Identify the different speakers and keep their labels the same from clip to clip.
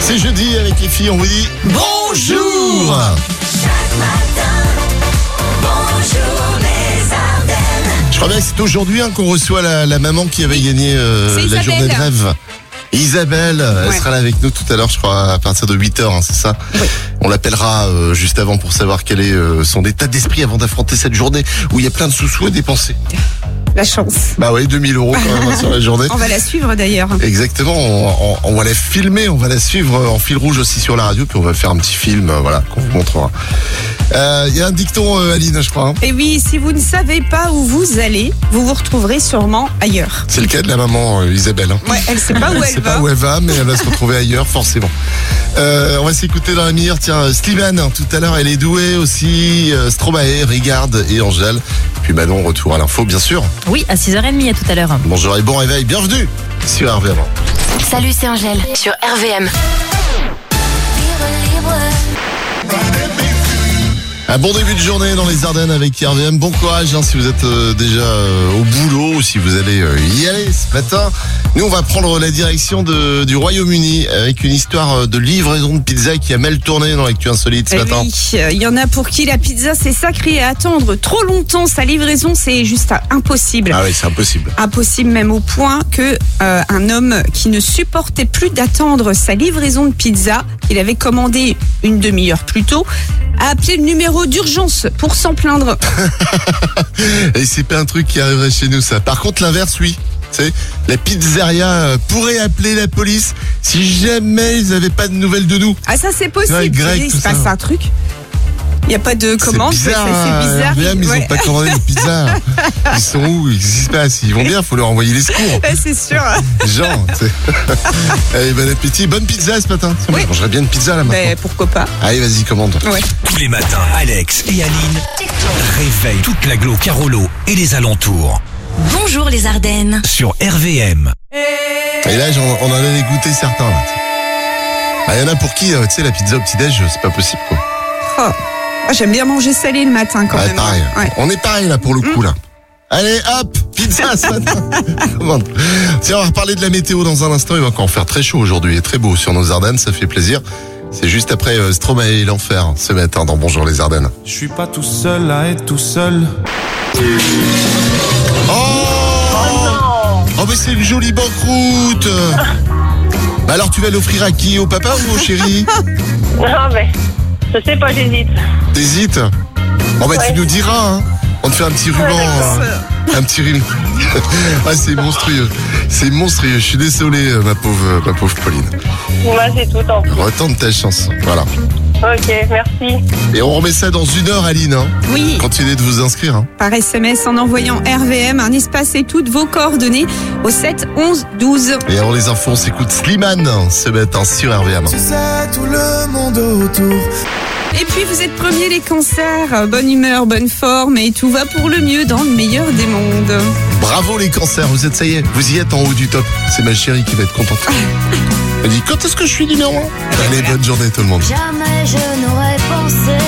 Speaker 1: C'est jeudi avec les filles, on vous dit bonjour
Speaker 2: Chaque matin, bonjour les Ardennes.
Speaker 1: Je crois bien que c'est aujourd'hui hein, qu'on reçoit la, la maman qui avait gagné euh,
Speaker 3: C'est
Speaker 1: la
Speaker 3: Isabelle.
Speaker 1: journée de rêve. Isabelle, elle
Speaker 3: Ouais.
Speaker 1: sera là avec nous tout à l'heure, je crois, à partir de 8h, hein, c'est ça On l'appellera euh, juste avant pour savoir quel est euh, son état d'esprit avant d'affronter cette journée où il y a plein de sous-sous à dépenser.
Speaker 3: La chance.
Speaker 1: Bah oui, 2000 euros quand même hein, sur la journée.
Speaker 3: On va la suivre d'ailleurs.
Speaker 1: Exactement, on, on- on va la filmer, on va la suivre euh, en fil rouge aussi sur la radio, puis on va faire un petit film, euh, voilà, qu'on vous montrera. Euh, Il y a un dicton, euh, Aline, je crois. hein.
Speaker 3: Et oui, si vous ne savez pas où vous allez, vous vous retrouverez sûrement ailleurs.
Speaker 1: C'est le cas de la maman euh, Isabelle. hein.
Speaker 3: Ouais, elle sait pas où
Speaker 1: Elle
Speaker 3: elle
Speaker 1: sait pas
Speaker 3: va.
Speaker 1: où elle va, mais elle va se retrouver ailleurs, forcément. Euh, on va s'écouter dans la mire. Tiens, euh, Slimane, hein, tout à l'heure, elle est douée aussi. euh, Stromae, Rigard et Angèle. Puis Manon, retour à l'info, bien sûr.
Speaker 4: Oui, à 6h30 à tout à l'heure.
Speaker 1: Bonjour et bon réveil. Bienvenue sur RVM.
Speaker 5: Salut, c'est Angèle sur RVM.
Speaker 2: Libre, libre.
Speaker 1: Un bon début de journée dans les Ardennes avec RVM. Bon courage hein, si vous êtes euh, déjà euh, au boulot ou si vous allez euh, y aller ce matin. Nous, on va prendre la direction de- du Royaume-Uni avec une histoire euh, de livraison de pizza qui a mal tourné dans l'actu insolite ce
Speaker 3: Eh
Speaker 1: matin.
Speaker 3: oui, euh, il y en a pour qui la pizza c'est sacré à attendre trop longtemps. Sa livraison c'est juste impossible.
Speaker 1: Ah oui, c'est impossible.
Speaker 3: Impossible même au point que euh, un homme qui ne supportait plus d'attendre sa livraison de pizza qu'il avait commandée une demi-heure plus tôt a appelé le numéro d'urgence pour s'en plaindre.
Speaker 1: Et c'est pas un truc qui arriverait chez nous, ça. Par contre, l'inverse, oui. Tu sais, la pizzeria euh, pourrait appeler la police si jamais ils n'avaient pas de nouvelles de nous.
Speaker 3: Ah ça c'est possible.
Speaker 1: Ouais, grec,
Speaker 3: il
Speaker 1: tout
Speaker 3: se
Speaker 1: ça.
Speaker 3: passe un truc. Il n'y a pas de commande.
Speaker 1: C'est bizarre.
Speaker 3: mais ça, c'est
Speaker 1: hein,
Speaker 3: bizarre.
Speaker 1: RVM, ils
Speaker 3: Ouais.
Speaker 1: ont pas commandé de pizza. Ils sont où Ils se passent.
Speaker 3: Eh
Speaker 1: Ils vont bien, faut leur envoyer les secours.
Speaker 3: Ouais, c'est sûr.
Speaker 1: Genre, tu sais. Allez, bon appétit. Bonne pizza ce matin. Tiens, Moi,
Speaker 3: Oui. ben.
Speaker 1: je mangerais bien une pizza là maintenant.
Speaker 3: Mais Ben, pourquoi pas
Speaker 1: Allez, vas-y, commande.
Speaker 3: Ouais.
Speaker 6: Tous les matins, Alex et Aline réveillent toute l'agglo Carolo et les alentours
Speaker 5: Bonjour les Ardennes.
Speaker 6: sur RVM.
Speaker 1: Et là, j'en- on en a dégoûté certains. là, tu sais. Ah, Il y en a pour qui, euh, tu sais, la pizza au petit-déj, euh, c'est pas possible quoi.
Speaker 3: Oh. Moi, J'aime bien manger salé le matin quand
Speaker 1: Ouais,
Speaker 3: même. hein.
Speaker 1: pareil.
Speaker 3: Ouais. Mm.
Speaker 1: On est pareil là pour le coup là. Allez hop, pizza ce matin. Commande. Tiens, on va reparler de la météo dans un instant. Il va encore faire très chaud aujourd'hui et très beau sur nos Ardennes, ça fait plaisir. C'est juste après euh, Stromae et l'enfer ce matin dans Bonjour les Ardennes.
Speaker 7: Je suis pas tout seul à être tout seul.
Speaker 1: Oh, Oh, mais c'est une jolie banqueroute. Bah alors tu vas l'offrir à qui Au papa ou au chéri
Speaker 8: Ah,
Speaker 9: Non,
Speaker 8: ben,
Speaker 9: mais je sais pas, j'hésite.
Speaker 1: T'hésites Bon bah tu nous diras hein. On te fait un petit ruban euh, Un petit ruban Ah c'est monstrueux C'est monstrueux Je suis désolé euh, ma pauvre, euh, ma pauvre Pauline
Speaker 9: Moi, c'est tout. Hein.
Speaker 1: Retente ta chance Voilà
Speaker 9: Ok, merci.
Speaker 1: Et on remet ça dans une heure Aline hein.
Speaker 3: Oui,
Speaker 1: Continuez de vous inscrire hein.
Speaker 3: par SMS en envoyant RVM, un espace et toutes vos coordonnées au 7 11 12.
Speaker 1: Et avant les infos on s'écoute Slimane hein, Ce matin sur RVM
Speaker 7: Tu sais, tout le monde autour.
Speaker 3: Et puis vous êtes premier les cancers, Euh, bonne humeur, bonne forme et tout va pour le mieux dans le meilleur des mondes.
Speaker 1: Bravo les cancers Vous êtes ça y est Vous y êtes en haut du top C'est ma chérie qui va être contente Elle dit quand est-ce que je suis numéro 1 Allez bonne journée tout le monde
Speaker 5: Jamais je n'aurais pensé.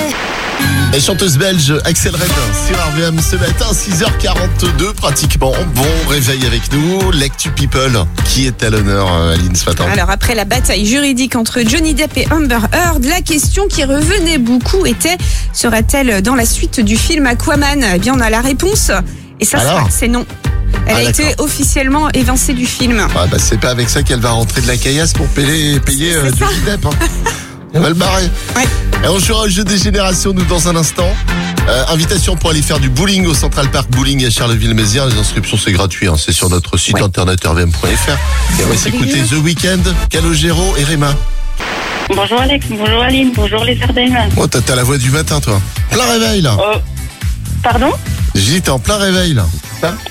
Speaker 1: La chanteuse belge Axel Red sur RVM ce matin, 6h42 pratiquement. Bon réveil avec nous. L'actu People qui est à l'honneur, euh, Aline, ce matin.
Speaker 3: Alors après la bataille juridique entre Johnny Depp et Amber Heard, la question qui revenait beaucoup était sera-t-elle dans la suite du film Aquaman Eh bien on a la réponse et ça
Speaker 1: Alors
Speaker 3: sera- c'est non. Elle
Speaker 1: Ah,
Speaker 3: a été officiellement évincée du film.
Speaker 1: Ah, bah, c'est pas avec ça qu'elle va rentrer de la caillasse pour payer, payer euh,
Speaker 3: C'est ça.
Speaker 1: Johnny Depp. hein. Elle va le barrer.
Speaker 3: Ouais.
Speaker 1: Et on jouera au jeu des générations, nous, dans un instant. Euh, invitation pour aller faire du bowling au Central Park Bowling à Charleville-Mézières. Les inscriptions, c'est gratuit. hein. C'est sur notre site
Speaker 3: Ouais.
Speaker 1: internet rvm.fr. Et on va s'écouter The Weeknd, Calogero et Rema.
Speaker 9: Bonjour Alex, bonjour Aline, bonjour les Ardennes.
Speaker 1: Oh, t'as t'as la voix du matin, toi. Plein réveil, là.
Speaker 9: Oh. Pardon
Speaker 1: Gilles, t'es en plein réveil là.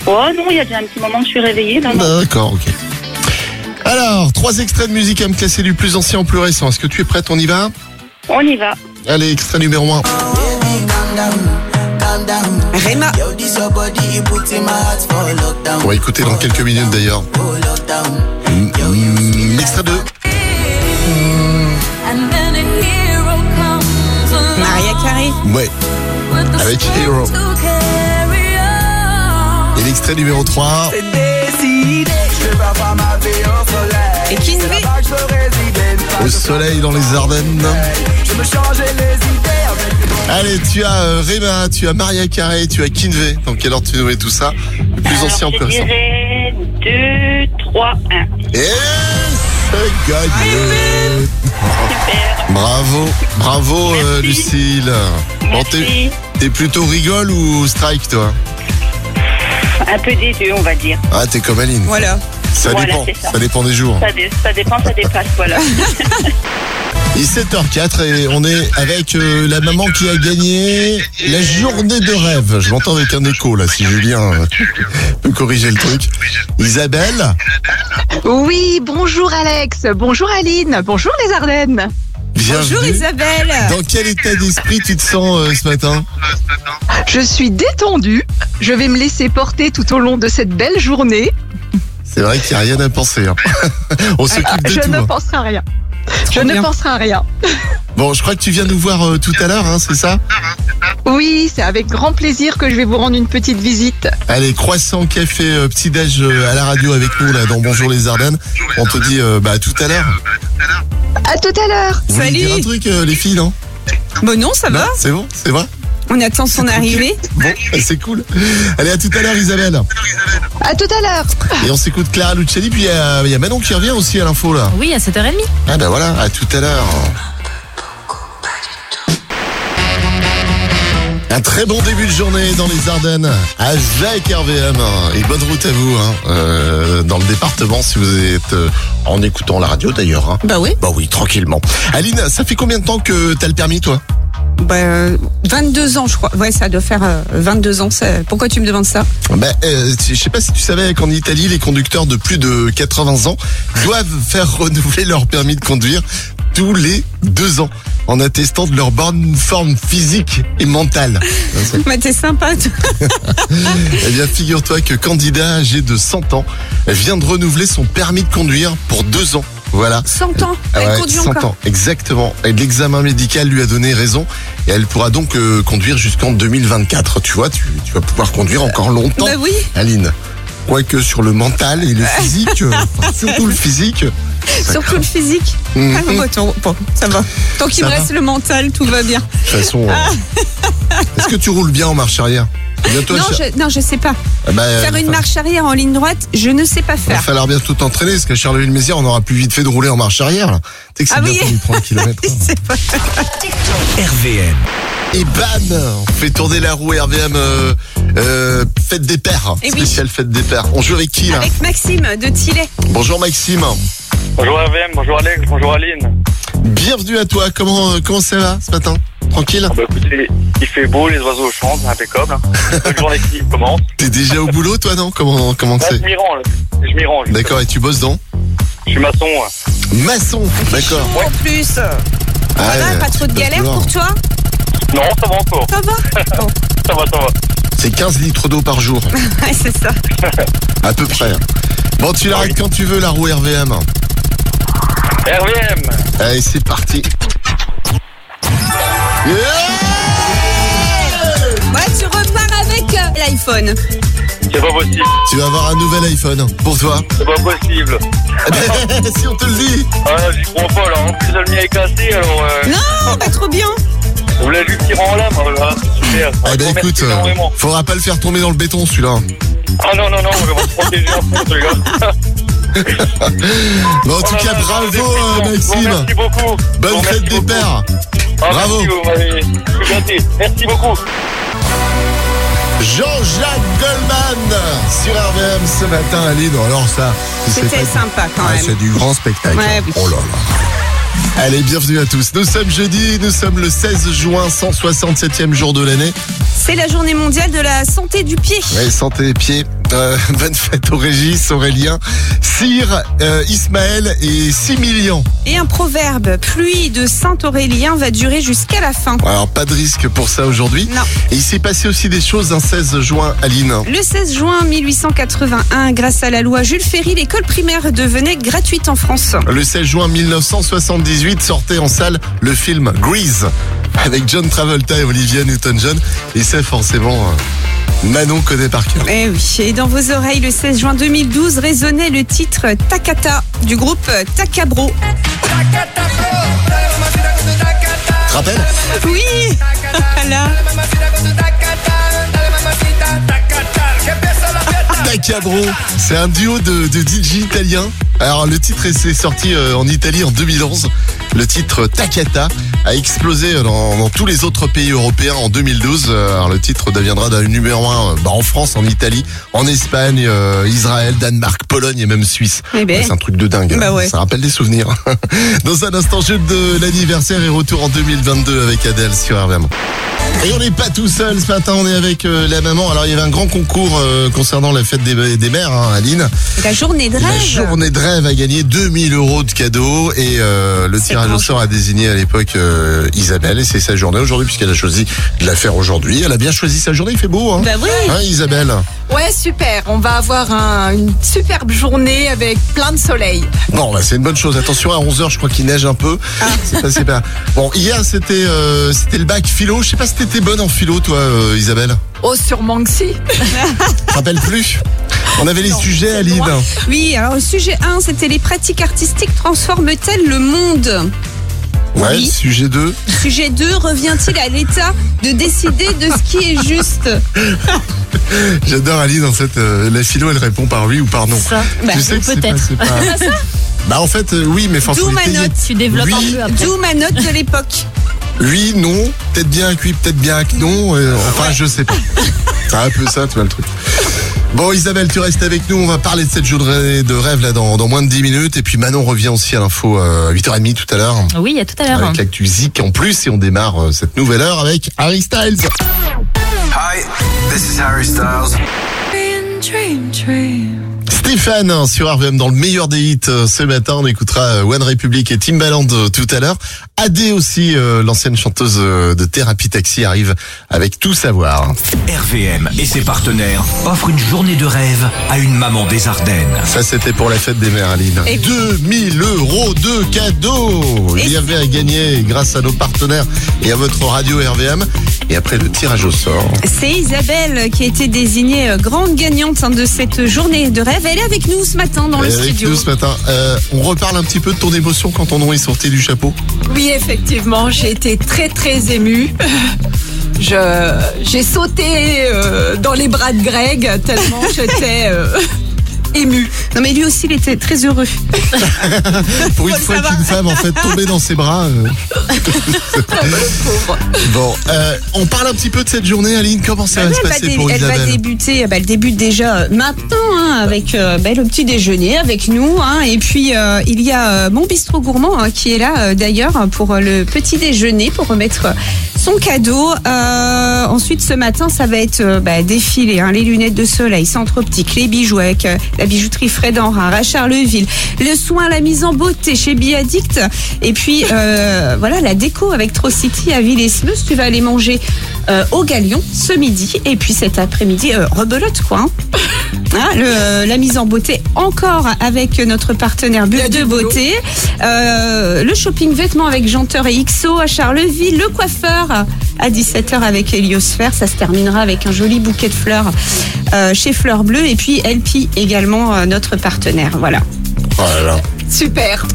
Speaker 9: Oh non, il y a déjà un petit moment que je suis réveillée. Non, non.
Speaker 1: D'accord, ok. Alors, trois extraits de musique à me classer du plus ancien au plus récent. Est-ce que tu es prête On y va
Speaker 9: On y va.
Speaker 1: Allez, extrait numéro 1.
Speaker 3: Rema,
Speaker 1: On va écouter dans quelques minutes d'ailleurs. Mm, Extrait 2.
Speaker 3: Maria Carey,
Speaker 1: Ouais. Avec Hero. Et l'extrait numéro 3.
Speaker 7: Je vais pas voir ma vie au soleil.
Speaker 3: et Kinvey.
Speaker 7: Je serai
Speaker 1: Au soleil dans les Ardennes. Allez, tu as euh, Rema, tu as Maria Carré, tu as Kinvey. Dans quelle ordre tu mets tout ça Le plus ancien, le
Speaker 9: Alors,
Speaker 1: plus
Speaker 9: je
Speaker 1: récent.
Speaker 9: dirais 2, 3, 1.
Speaker 1: Yes gagné
Speaker 9: Super.
Speaker 1: Bravo, bravo euh,
Speaker 9: Merci.
Speaker 1: Lucille. Bon, t'es
Speaker 9: Merci.
Speaker 1: t'es plutôt rigole ou strike toi
Speaker 9: Un peu des deux, on va dire.
Speaker 1: Ah, t'es comme Aline.
Speaker 3: Voilà.
Speaker 1: Ça
Speaker 9: Voilà,
Speaker 1: dépend,
Speaker 9: c'est ça.
Speaker 1: ça dépend des jours.
Speaker 9: Ça, dé- ça dépend, ça dépasse, voilà.
Speaker 1: Il est 7h04 et on est avec euh, la maman qui a gagné la journée de rêve. Je m'entends avec un écho là, si Julien euh, peut corriger le truc. Isabelle,
Speaker 10: Oui, bonjour Alex, bonjour Aline, bonjour les Ardennes.
Speaker 1: bienvenue.
Speaker 3: Bonjour Isabelle.
Speaker 1: Dans quel état d'esprit tu te sens euh, ce matin
Speaker 10: Je suis détendue, je vais me laisser porter tout au long de cette belle journée.
Speaker 1: C'est vrai qu'il n'y a rien à penser. hein. on s'occupe de
Speaker 10: Je
Speaker 1: tout.
Speaker 10: ne
Speaker 1: hein.
Speaker 10: penserai à rien. Je ne
Speaker 3: bien.
Speaker 10: penserai à rien.
Speaker 1: Bon, je crois que tu viens nous voir euh, tout à l'heure, hein, c'est ça
Speaker 10: Oui, c'est avec grand plaisir que je vais vous rendre une petite visite.
Speaker 1: Allez, croissant, café, euh, petit déj euh, à la radio avec nous là dans Bonjour les Ardennes. On te dit euh, bah, à tout à l'heure.
Speaker 10: À tout à l'heure.
Speaker 1: Vous voulez
Speaker 3: Salut.
Speaker 1: dire un truc euh, les filles, non
Speaker 3: Bon non, ça
Speaker 1: Non,
Speaker 3: va.
Speaker 1: C'est bon, c'est vrai.
Speaker 3: On attend son arrivée.
Speaker 1: Bon, bah, c'est cool. Allez, à tout à l'heure Isabelle.
Speaker 10: À tout à l'heure.
Speaker 1: Et on s'écoute Clara Luciani, puis il y a- il y, a Manon qui revient aussi à l'info là.
Speaker 4: Oui, à 7h30.
Speaker 1: Ah bah voilà, à tout à l'heure. Un très bon début de journée dans les Ardennes avec RVM. Et bonne route à vous hein, euh, dans le département si vous êtes euh, en écoutant la radio d'ailleurs. hein.
Speaker 3: Bah oui.
Speaker 1: Bah oui, tranquillement. Aline, ça fait combien de temps que t'as le permis toi
Speaker 3: Bah, euh, 22 ans, je crois. Ouais, ça doit faire euh, 22 ans. ça- Pourquoi tu me demandes ça
Speaker 1: Bah, euh, tu- je sais pas si tu savais qu'en Italie, les conducteurs de plus de 80 ans doivent faire renouveler leur permis de conduire tous les deux ans en attestant de leur bonne forme physique et mentale.
Speaker 3: Bah, t'es sympa. toi.
Speaker 1: Eh bien, figure-toi que candidat âgé de 100 ans vient de renouveler son permis de conduire pour deux ans. Voilà.
Speaker 3: 100 ans.
Speaker 1: Ah
Speaker 3: Elle
Speaker 1: ouais,
Speaker 3: conduit
Speaker 1: 100
Speaker 3: encore.
Speaker 1: ans, exactement. Et l'examen médical lui a donné raison et elle pourra donc euh, conduire jusqu'en 2024. Tu vois, tu, tu vas pouvoir conduire encore longtemps.
Speaker 3: Bah oui.
Speaker 1: Aline. Quoique sur le mental et le physique, euh, enfin, surtout le physique.
Speaker 3: Surtout le physique.
Speaker 1: Mhm.
Speaker 3: Ah, bon, attends, bon, ça va. Tant qu'il
Speaker 1: Ça
Speaker 3: me
Speaker 1: va.
Speaker 3: reste le mental, tout va bien.
Speaker 1: De toute façon, euh, est-ce que tu roules bien en marche arrière Eh Bientôt,
Speaker 3: Ah. non,
Speaker 1: je-
Speaker 3: je, non, je sais pas.
Speaker 1: Ah bah, euh,
Speaker 3: Faire une
Speaker 1: enfin,
Speaker 3: marche arrière en ligne droite, je ne sais pas
Speaker 1: Il va
Speaker 3: faire.
Speaker 1: falloir bientôt t'entraîner parce qu'à Charleville-Mézières, on aura plus vite fait de rouler en marche arrière. là. Tu sais que c'est
Speaker 3: Ah oui.
Speaker 1: bientôt les 30 km.
Speaker 3: C'est pas-
Speaker 6: RVM.
Speaker 1: Et bam On fait tourner la roue RVM euh, euh, Fête des Pères.
Speaker 3: Eh oui.
Speaker 1: Spéciale Fête des Pères. On joue avec qui là
Speaker 3: Avec Maxime de Tillet.
Speaker 1: Bonjour Maxime.
Speaker 11: Bonjour RVM, bonjour Alex, bonjour Aline.
Speaker 1: Bienvenue à toi. Comment, euh, comment ça va ce matin Tranquille
Speaker 11: Ah bah écoutez, il fait beau, les oiseaux chantent, c'est impeccable. hein. Bonne journée qui commence.
Speaker 1: T'es déjà au boulot toi non Comment, comment
Speaker 11: Là,
Speaker 1: c'est
Speaker 11: je m'y range, je m'y range.
Speaker 1: D'accord, et tu bosses dans
Speaker 11: Je suis maçon. hein. ouais.
Speaker 1: Maçon, d'accord.
Speaker 3: En plus, ça
Speaker 1: Ah
Speaker 3: va,
Speaker 1: ouais,
Speaker 3: pas trop de galère
Speaker 1: d'accord.
Speaker 3: pour toi
Speaker 11: Non, ça va encore,
Speaker 3: Ça va Bon,
Speaker 11: ça va, ça va.
Speaker 1: C'est 15 litres d'eau par jour,
Speaker 3: ouais, c'est ça.
Speaker 1: à peu près. Bon, tu l'arrêtes quand tu veux, la roue RVM.
Speaker 11: RVM,
Speaker 1: Allez, c'est parti. Yeah
Speaker 3: Ouais, tu repars avec euh, l'iPhone.
Speaker 11: c'est pas possible,
Speaker 1: tu vas avoir un nouvel iPhone pour toi.
Speaker 11: c'est pas possible.
Speaker 1: si on te le dit.
Speaker 11: Ah, j'y crois pas là, en plus le mien est cassé, alors euh,
Speaker 1: Oh.
Speaker 3: Non, pas trop bien.
Speaker 11: vous voulez lui tirer en lame, voilà, super.
Speaker 1: Eh
Speaker 11: Ah,
Speaker 1: ben écoute, euh, faudra pas le faire tomber dans le béton celui-là.
Speaker 11: Ah non, non, non, on va se protéger en fond, les gars.
Speaker 1: Bon, en tout
Speaker 11: Oh là
Speaker 1: cas,
Speaker 11: là,
Speaker 1: bravo
Speaker 11: je vous
Speaker 1: euh,
Speaker 11: ai pris, je vous
Speaker 1: Maxime.
Speaker 11: remercie beaucoup. Je vous
Speaker 1: Bonne
Speaker 11: remercie
Speaker 1: fête des
Speaker 11: beaucoup.
Speaker 1: pères.
Speaker 11: Ah,
Speaker 1: Bravo.
Speaker 11: Merci, vous m'avez- je suis gâté. Merci beaucoup.
Speaker 1: Jean-Jacques Goldman sur RVM ce matin à Lille. Alors ça, c'est
Speaker 3: C'était
Speaker 1: pas-
Speaker 3: sympa quand
Speaker 1: Ah,
Speaker 3: même.
Speaker 1: c'est du grand spectacle.
Speaker 3: Ouais, oui.
Speaker 1: Oh là là. Allez, bienvenue à tous. Nous sommes jeudi, nous sommes le 16 juin, 167e jour de l'année.
Speaker 3: C'est la journée mondiale de la santé du pied.
Speaker 1: Ouais, santé et pieds. Euh, bonne fête au Régis, Aurélien, Cyr, euh, Ismaël et Similian.
Speaker 3: Et un proverbe, pluie de Saint-Aurélien va durer jusqu'à la fin.
Speaker 1: Alors, pas de risque pour ça aujourd'hui.
Speaker 3: Non.
Speaker 1: Et il s'est passé aussi des choses un 16 juin, Aline.
Speaker 3: Le 16 juin 1881, grâce à la loi Jules Ferry, l'école primaire devenait gratuite en France.
Speaker 1: Le 16 juin 1978 sortait en salle le film Grease avec John Travolta et Olivia Newton-John. Et c'est forcément euh, Manon connaît par cœur.
Speaker 3: Eh oui, et dans vos oreilles, le 16 juin 2012 résonnait le titre Takata du groupe Takabro.
Speaker 1: Tu te rappelles
Speaker 3: Oui Voilà.
Speaker 1: Tacabro, c'est un duo de, de DJ italiens. Alors le titre est c'est sorti euh, en Italie en 2011. Le titre Takata a explosé euh, dans, dans tous les autres pays européens en 2012. Euh, Alors le titre deviendra d'un numéro 1 en France, en Italie, en Espagne, euh, Israël, Danemark, Pologne et même Suisse.
Speaker 3: Eh ben.
Speaker 1: Ouais, c'est un truc de dingue.
Speaker 3: Bah
Speaker 1: hein.
Speaker 3: ouais.
Speaker 1: Ça rappelle des souvenirs. dans un instant, jeu de l'anniversaire et retour en 2022 avec Adèle sur RVM. Et on n'est pas tout seul ce matin, on est avec euh, la maman. Alors il y avait un grand concours euh, concernant la fête des, des mères, hein, Aline.
Speaker 3: La journée de
Speaker 1: La
Speaker 3: rêve.
Speaker 1: journée de rêve a gagné 2000 euros de cadeaux et euh, le
Speaker 3: C'est
Speaker 1: tirage au
Speaker 3: grand.
Speaker 1: sort a désigné à l'époque euh, Isabelle et c'est sa journée aujourd'hui puisqu'elle a choisi de la faire aujourd'hui. Elle a bien choisi sa journée, il fait beau. Hein,
Speaker 3: Bah oui.
Speaker 1: Hein, Isabelle
Speaker 12: Ouais, super. On va avoir un- une superbe journée avec plein de soleil.
Speaker 1: Bon, bah, c'est une bonne chose. Attention, à 11h, je crois qu'il neige un peu.
Speaker 3: Ah.
Speaker 1: C'est pas, c'est pas. Bon, hier, c'était euh, c'était le bac philo. Je sais pas si t'étais bonne en philo, toi, euh, Isabelle.
Speaker 12: Oh, sûrement que si.
Speaker 1: Je rappelle plus. On avait les sujets, Aline.
Speaker 3: Oui, alors le sujet 1, c'était les pratiques artistiques transforment-elles le monde
Speaker 1: Ouais,
Speaker 3: Oui.
Speaker 1: sujet 2.
Speaker 3: Sujet 2, revient-il à l'État de décider de ce qui est juste
Speaker 1: J'adore Aline, en fait, euh, la philo, elle répond par oui ou par non.
Speaker 4: Ça.
Speaker 3: bah,
Speaker 1: tu sais que c'est pas,
Speaker 4: peut-être.
Speaker 1: c'est pas- Bah, en fait, euh, oui, mais enfin, faut
Speaker 3: D'où ma
Speaker 1: l'étayer.
Speaker 3: note.
Speaker 4: Tu développes
Speaker 1: Oui.
Speaker 4: un peu après.
Speaker 3: D'où ma note de l'époque.
Speaker 1: Oui, non, peut-être bien cuit, peut-être bien que non. euh, enfin, je sais pas. C'est un peu ça, tu vois le truc. Bon, Isabelle, tu restes avec nous. On va parler de cette journée de rêve là dans, dans moins de 10 minutes. Et puis Manon revient aussi à l'info euh, à 8h30 tout à l'heure.
Speaker 4: Oui, à tout à l'heure.
Speaker 1: Avec l'actu Zik en plus. Et on démarre euh, cette nouvelle heure avec Harry Styles.
Speaker 6: Hi, this is Harry Styles.
Speaker 1: Stéphane hein, sur RVM dans le meilleur des hits euh, ce matin. On écoutera euh, One Republic et Timbaland euh, tout à l'heure. Adé aussi, euh, l'ancienne chanteuse euh, de Thérapie Taxi arrive avec tout savoir.
Speaker 6: RVM et ses partenaires offrent une journée de rêve à une maman des Ardennes.
Speaker 1: Ça, c'était pour la fête des mères, Aline.
Speaker 3: Et oui.
Speaker 1: 2000 euros de cadeaux Il y avait à gagner grâce à nos partenaires et à votre radio RVM. Et après le tirage au sort.
Speaker 3: C'est Isabelle qui a été désignée euh, grande gagnante hein, de cette journée de rêve. Elle est avec nous ce matin dans le
Speaker 1: Eric,
Speaker 3: studio.
Speaker 1: nous, ce matin, euh, on reparle un petit peu de ton émotion quand ton nom est sorti du chapeau.
Speaker 12: Oui, effectivement, j'ai été très très émue. Je, j'ai sauté euh, dans les bras de Greg tellement j'étais euh, émue.
Speaker 3: Non mais lui aussi, il était très heureux.
Speaker 1: Pour une
Speaker 3: le
Speaker 1: fois
Speaker 3: savoir.
Speaker 1: qu'une femme, en fait, tombée dans ses bras. euh.
Speaker 12: Pauvre.
Speaker 1: Bon, euh, on parle un petit peu de cette journée, Aline. Comment ça va
Speaker 3: Bah oui,
Speaker 1: se
Speaker 3: elle va,
Speaker 1: passer
Speaker 3: dé-
Speaker 1: pour
Speaker 3: elle va
Speaker 1: Isabelle
Speaker 3: débuter, bah, elle débute déjà euh, maintenant hein, avec euh, bah, le petit déjeuner avec nous. hein. et puis euh, il y a euh, mon bistrot gourmand hein, qui est là euh, d'ailleurs pour euh, le petit déjeuner pour remettre euh, son cadeau. Euh, ensuite ce matin ça va être euh, bah, défilé, hein, les lunettes de soleil, centre optique, les bijoux avec euh, la bijouterie Fred Enrin, à Charleville, le soin, la mise en beauté chez Biaddict. Et puis euh, voilà la déco avec Trocity à Villesmeuse. Tu vas aller manger euh, au Galion ce midi et puis cet après-midi euh, rebelote quoi. hein. Hein, le- la mise en beauté encore avec notre partenaire
Speaker 12: Il y a
Speaker 3: Bulle
Speaker 12: du
Speaker 3: de
Speaker 12: boulot.
Speaker 3: Beauté, Euh, le shopping vêtements avec Janteur et XO à Charleville, le coiffeur à 17h avec Heliosphère, ça se terminera avec un joli bouquet de fleurs euh, chez Fleurs Bleues et puis LP également euh, notre partenaire. Voilà.
Speaker 1: Voilà,
Speaker 12: Super.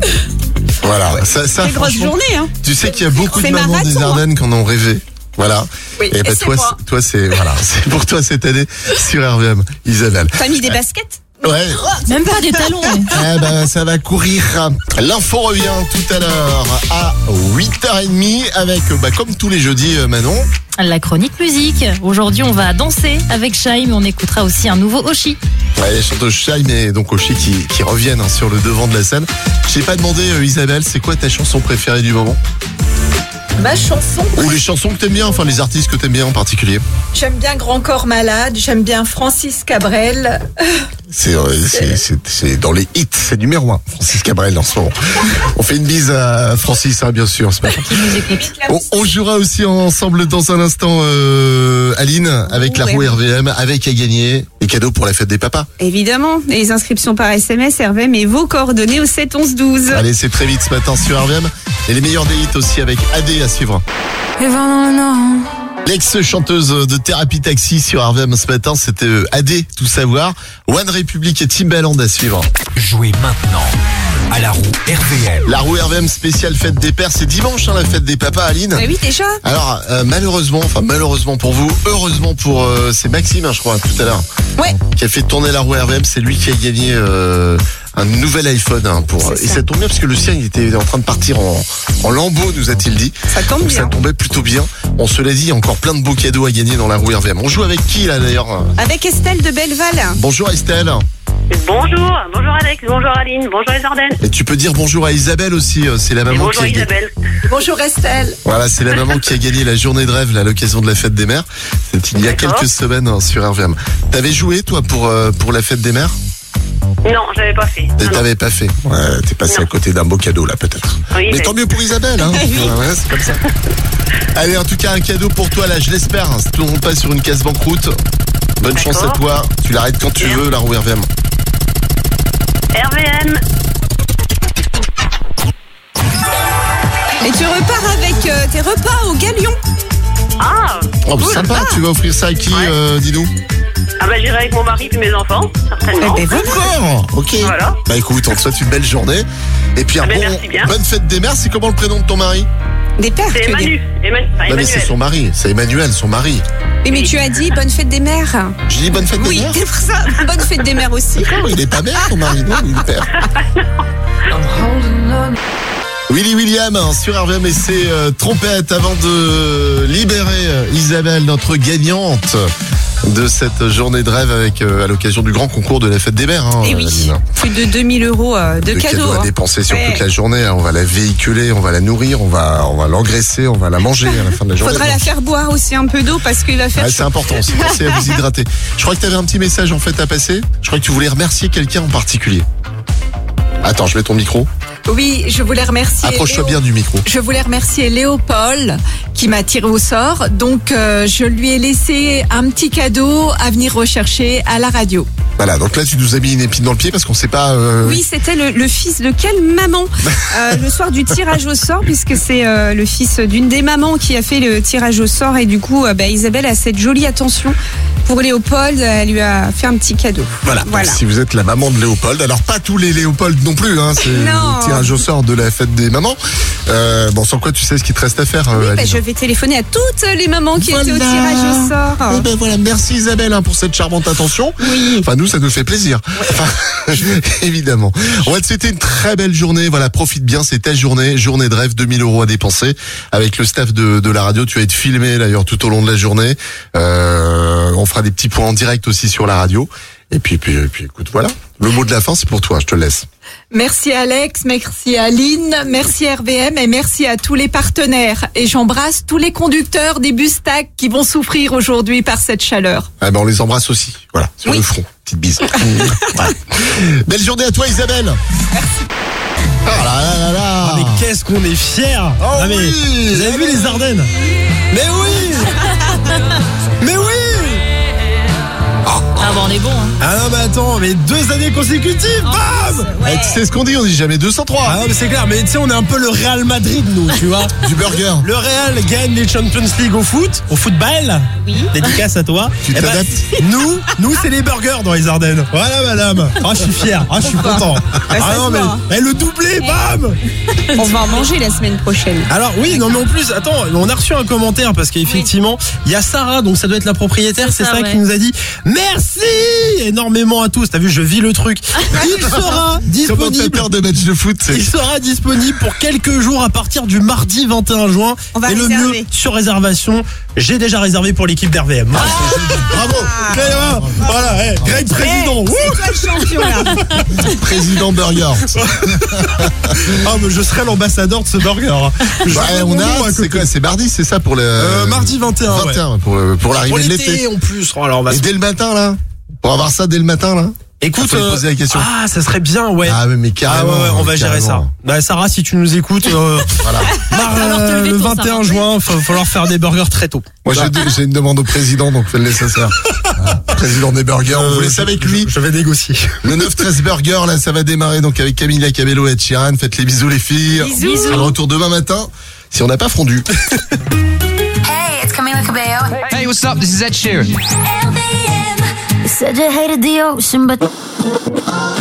Speaker 1: voilà. Ça, ça,
Speaker 3: Très grosse
Speaker 1: Ah, franchement,
Speaker 3: journée hein.
Speaker 1: Tu sais qu'il y a beaucoup de
Speaker 3: C'est
Speaker 1: mamans
Speaker 3: marathon,
Speaker 1: des
Speaker 3: hein.
Speaker 1: Ardennes qui en ont rêvé. Voilà.
Speaker 12: Oui,
Speaker 1: Eh
Speaker 12: et
Speaker 1: ben,
Speaker 12: c'est
Speaker 1: toi,
Speaker 12: moi.
Speaker 1: c'est- toi, c'est voilà, c'est pour toi cette année sur RVM, Isabelle.
Speaker 3: T'as mis des baskets
Speaker 1: Ouais.
Speaker 4: Même pas des talons.
Speaker 1: Eh ben, ça va courir. L'info revient tout à l'heure à 8h30 avec, bah, comme tous les jeudis, euh, Manon.
Speaker 4: La chronique musique. Aujourd'hui, on va danser avec Shaim. On écoutera aussi un nouveau Oshi.
Speaker 1: Ouais, les chanteuses Shaim et donc Oshi qui, qui reviennent hein, sur le devant de la scène. J'ai pas demandé, euh, Isabelle, c'est quoi ta chanson préférée du moment
Speaker 12: Ma chanson,
Speaker 1: Ou les chansons que t'aimes bien, enfin les artistes que t'aimes bien en particulier.
Speaker 12: j'aime bien Grand Corps Malade, j'aime bien Francis Cabrel.
Speaker 1: C'est euh, c'est- c'est- c'est dans les hits, c'est numéro 1, Francis Cabrel en ce moment. On fait une bise à Francis, hein, bien sûr, ce matin. On, on jouera aussi ensemble dans un instant, euh, Aline, avec la roue
Speaker 3: Ouais.
Speaker 1: RVM, avec à gagner et cadeaux pour la fête des papas.
Speaker 3: Évidemment, Et les inscriptions par SMS, Hervé, mais vos coordonnées au 7 11 12.
Speaker 1: Allez, c'est très vite ce matin sur RVM. Et les meilleurs des hits aussi avec AD à suivre.
Speaker 2: Et vraiment, non.
Speaker 1: L'ex-chanteuse de Thérapie Taxi sur RVM ce matin, c'était euh, AD, tout savoir. One République et Timbaland à suivre.
Speaker 6: Jouez maintenant à la roue RVM.
Speaker 1: La roue RVM spéciale fête des pères, c'est dimanche hein, la fête des papas, Aline.
Speaker 3: Bah oui, déjà.
Speaker 1: Alors euh, malheureusement, enfin malheureusement pour vous, heureusement pour euh, c'est Maxime, hein, je crois, tout à l'heure,
Speaker 3: Ouais.
Speaker 1: qui a fait tourner la roue RVM. C'est lui qui a gagné euh, un nouvel iPhone. hein, pour
Speaker 3: C'est
Speaker 1: et
Speaker 3: ça.
Speaker 1: ça tombe bien parce que le sien il était en train de partir en, en lambeau, nous a-t-il dit.
Speaker 3: Ça tombe
Speaker 1: Donc ça
Speaker 3: bien.
Speaker 1: tombait plutôt bien. On se l'a dit, il y a encore plein de beaux cadeaux à gagner dans la roue RVM. On joue avec qui là d'ailleurs
Speaker 3: Avec Estelle de Belleval.
Speaker 1: Bonjour Estelle.
Speaker 8: Bonjour, bonjour Alex, bonjour Aline, bonjour les Ardennes.
Speaker 1: Et tu peux dire bonjour à Isabelle aussi. euh, C'est la
Speaker 8: Et
Speaker 1: maman qui
Speaker 8: bonjour
Speaker 1: a gagné.
Speaker 8: Isabelle.
Speaker 12: Bonjour Estelle.
Speaker 1: Voilà, c'est la maman qui a gagné la journée de rêve là, à l'occasion de la fête des mères. C'était il y a
Speaker 8: D'accord.
Speaker 1: quelques semaines hein, sur RVM. T'avais joué toi pour euh, pour la fête des mères
Speaker 8: Non, j'avais pas fait.
Speaker 1: Et
Speaker 8: Ah Non, non.
Speaker 1: t'avais pas fait. Ouais, t'es passé à côté d'un beau cadeau là peut-être.
Speaker 8: Oui,
Speaker 1: Mais
Speaker 8: mais-
Speaker 1: tant mieux pour Isabelle. Hein. Ouais, ouais, c'est comme ça. Allez, en tout cas un cadeau pour toi là, je l'espère. hein. Si tu ne pas sur une case banqueroute. Bonne chance à toi. Tu l'arrêtes quand tu veux la roue RVM.
Speaker 8: RVM,
Speaker 3: Et tu repars avec euh, tes repas au Galion.
Speaker 8: ah,
Speaker 1: Oh, sympa. Tu vas offrir ça à qui euh, Dis-nous.
Speaker 8: ah bah j'irai avec mon mari puis mes enfants,
Speaker 1: Eh ben
Speaker 8: certainement.
Speaker 9: Eh
Speaker 3: Hein
Speaker 1: Encore Ok.
Speaker 9: ben,
Speaker 8: Voilà.
Speaker 1: Bah écoute, on te souhaite une belle journée. Et puis un
Speaker 8: Ah ben,
Speaker 1: bon-
Speaker 8: merci bien.
Speaker 1: bonne fête des mères. C'est comment le prénom de ton mari
Speaker 3: Des pères.
Speaker 8: C'est
Speaker 3: tu dis.
Speaker 8: Emmanuel. Emmanuel.
Speaker 3: Ah,
Speaker 1: Bah, mais c'est son mari, c'est Emmanuel, son mari.
Speaker 3: Oui, mais tu as dit bonne fête des mères.
Speaker 1: J'ai dit bonne fête
Speaker 3: Oui,
Speaker 1: des mères.
Speaker 3: c'est pour ça. Bonne fête des mères aussi.
Speaker 1: Non, il est pas mère, son mari, non, il est père. Willy William hein, sur RVM et ses euh, trompettes avant de libérer euh, Isabelle, notre gagnante de cette journée de rêve avec euh, à l'occasion du grand concours de la fête des mères. hein,
Speaker 3: Et Eh oui,
Speaker 1: Aline.
Speaker 3: plus de 2000 euros euh, de
Speaker 1: Le cadeau
Speaker 3: cadeaux.
Speaker 1: à
Speaker 3: hein.
Speaker 1: dépenser sur
Speaker 3: Ouais.
Speaker 1: toute la journée. hein. On va la véhiculer, on va la nourrir, on va, on va l'engraisser, on va la manger à la fin de la journée.
Speaker 3: Faudra la faire boire aussi un peu d'eau parce qu'il va faire
Speaker 1: Ouais, c'est important, c'est pensez à vous hydrater. Je crois que tu avais un petit message en fait à passer. Je crois que tu voulais remercier quelqu'un en particulier. Attends, je mets ton micro.
Speaker 12: Oui, je voulais remercier.
Speaker 1: Approche-toi
Speaker 12: Léo-
Speaker 1: bien du micro.
Speaker 12: Je voulais remercier Léopold qui m'a tiré au sort. Donc, euh, je lui ai laissé un petit cadeau à venir rechercher à la radio.
Speaker 1: Voilà, donc là tu nous as mis une épine dans le pied parce qu'on sait pas. euh,
Speaker 3: Oui, c'était le, le fils de quelle maman Euh, Le soir du tirage au sort, puisque c'est euh, le fils d'une des mamans qui a fait le tirage au sort. Et du coup, euh, bah, Isabelle a cette jolie attention pour Léopold. Elle lui a fait un petit cadeau.
Speaker 1: Voilà. Donc, Si vous êtes la maman de Léopold, alors pas tous les Léopold non plus, hein, c'est
Speaker 3: Non.
Speaker 1: le tirage au sort de la fête des mamans. Euh, bon, sans quoi tu sais ce qu'il te reste à faire. euh,
Speaker 3: Oui, bah,
Speaker 1: Aline.
Speaker 3: je vais téléphoner à toutes les mamans qui étaient au
Speaker 1: Voilà.
Speaker 3: tirage au
Speaker 1: Eh
Speaker 3: sort.
Speaker 1: ben voilà, merci Isabelle hein, pour cette charmante attention.
Speaker 3: Ah. Oui.
Speaker 1: Enfin, nous, ça nous fait plaisir. Enfin, évidemment. On va te souhaiter une très belle journée. Voilà, profite bien, c'est ta journée. Journée de rêve, 2000 euros à dépenser. Avec le staff de, de la radio, tu vas être filmé d'ailleurs tout au long de la journée. Euh, on fera des petits points en direct aussi sur la radio. Et puis, puis, puis écoute, voilà. Le mot de la fin, c'est pour toi, je te laisse.
Speaker 12: Merci Alex, merci Aline, merci RVM et merci à tous les partenaires. Et j'embrasse tous les conducteurs des bus TAC qui vont souffrir aujourd'hui par cette chaleur.
Speaker 1: Ah ben, on les embrasse aussi. Voilà, sur le front. Petite bise. Voilà. Belle journée à toi, Isabelle. Merci. là là là là.
Speaker 13: Ah, mais qu'est-ce qu'on est fiers Ah, mais
Speaker 1: oui
Speaker 13: Vous avez vu les Ardennes Mais oui Mais oui
Speaker 4: Ah bah on est bon. hein.
Speaker 13: Ah non mais attends, mais deux années consécutives Bam
Speaker 1: Eh, tu sais ce qu'on dit, on dit jamais 203.
Speaker 13: Ah non mais c'est clair, mais tu sais on est un peu le Real Madrid nous, tu vois
Speaker 1: Du burger.
Speaker 13: Le Real gagne les Champions League au foot, au football
Speaker 4: Oui.
Speaker 13: Dédicace à toi
Speaker 1: Tu
Speaker 13: Eh ben,
Speaker 1: t'adaptes.
Speaker 13: Nous, nous c'est les burgers dans les Ardennes Voilà madame Ah je suis fier, ah je suis content Ah
Speaker 12: Bah,
Speaker 3: se
Speaker 13: non mais,
Speaker 3: voit, hein.
Speaker 13: eh, le doublé, bam
Speaker 3: On va en manger la semaine prochaine.
Speaker 13: Alors oui, non mais en plus, attends, on a reçu un commentaire parce qu'effectivement, il y a Sarah, donc ça doit être la propriétaire,
Speaker 4: C'est
Speaker 13: c'est ça,
Speaker 4: ça, ouais.
Speaker 13: qui nous a dit merci énormément à tous. T'as vu, je vis le truc. Il sera
Speaker 1: Comment t'as
Speaker 13: disponible.
Speaker 1: peur de match de foot
Speaker 13: Il sera disponible pour quelques jours à partir du mardi 21 juin.
Speaker 3: On va
Speaker 13: Et le mieux,
Speaker 3: réserver.
Speaker 13: sur réservation, j'ai déjà réservé pour l'équipe d'RVM.
Speaker 1: Bravo
Speaker 13: Voilà, voilà, eh, Greg président.
Speaker 3: Eh,
Speaker 13: Wouh
Speaker 3: c'est toi le champion là.
Speaker 1: Président Burger.
Speaker 13: Ah, mais je serai l'ambassadeur de ce burger. hein. Je
Speaker 1: Bah,
Speaker 13: serai
Speaker 1: on
Speaker 13: mon
Speaker 1: a,
Speaker 13: nom à
Speaker 1: hâte, c'est
Speaker 13: côté.
Speaker 1: quoi C'est mardi, c'est ça pour le.
Speaker 13: Euh, mardi 21. ouais.
Speaker 1: 21 pour, le- pour
Speaker 13: Ah, Pour
Speaker 1: l'arrivée de
Speaker 13: l'été
Speaker 1: l'été.
Speaker 13: en plus. Oh, alors on va
Speaker 1: Et
Speaker 13: se
Speaker 1: dès le matin là Pour avoir ça dès le matin là
Speaker 13: Écoute,
Speaker 1: Faut lui poser la question.
Speaker 13: ah, ça serait bien, ouais.
Speaker 1: Ah ouais, mais
Speaker 13: Ah ouais,
Speaker 1: carrément.
Speaker 13: ouais, on va
Speaker 1: mais
Speaker 13: gérer ça.
Speaker 1: carrément.
Speaker 13: Bah, Sarah, si tu nous écoutes, euh,
Speaker 1: Voilà.
Speaker 13: mar-
Speaker 4: falloir te
Speaker 13: euh,
Speaker 4: lever
Speaker 13: le
Speaker 4: tôt,
Speaker 13: 21
Speaker 4: Sarah.
Speaker 13: juin, va falloir faire des burgers très tôt.
Speaker 1: Moi j'ai- j'ai une demande au président, donc fais le nécessaire. Voilà. Président des burgers, on vous laisse avec lui.
Speaker 13: Euh, Je, je vais négocier.
Speaker 1: Le 9-13 Burger, là, ça va démarrer donc avec Camilla Cabello et Ed Sheeran. Faites les bisous, les filles.
Speaker 3: Bisous.
Speaker 1: On sera de retour demain matin si on n'a pas fondu.
Speaker 5: Hey Hey, it's Camila Cabello.
Speaker 13: Hey, what's up? This is Ed Sheeran.
Speaker 5: You said you hated the ocean, but.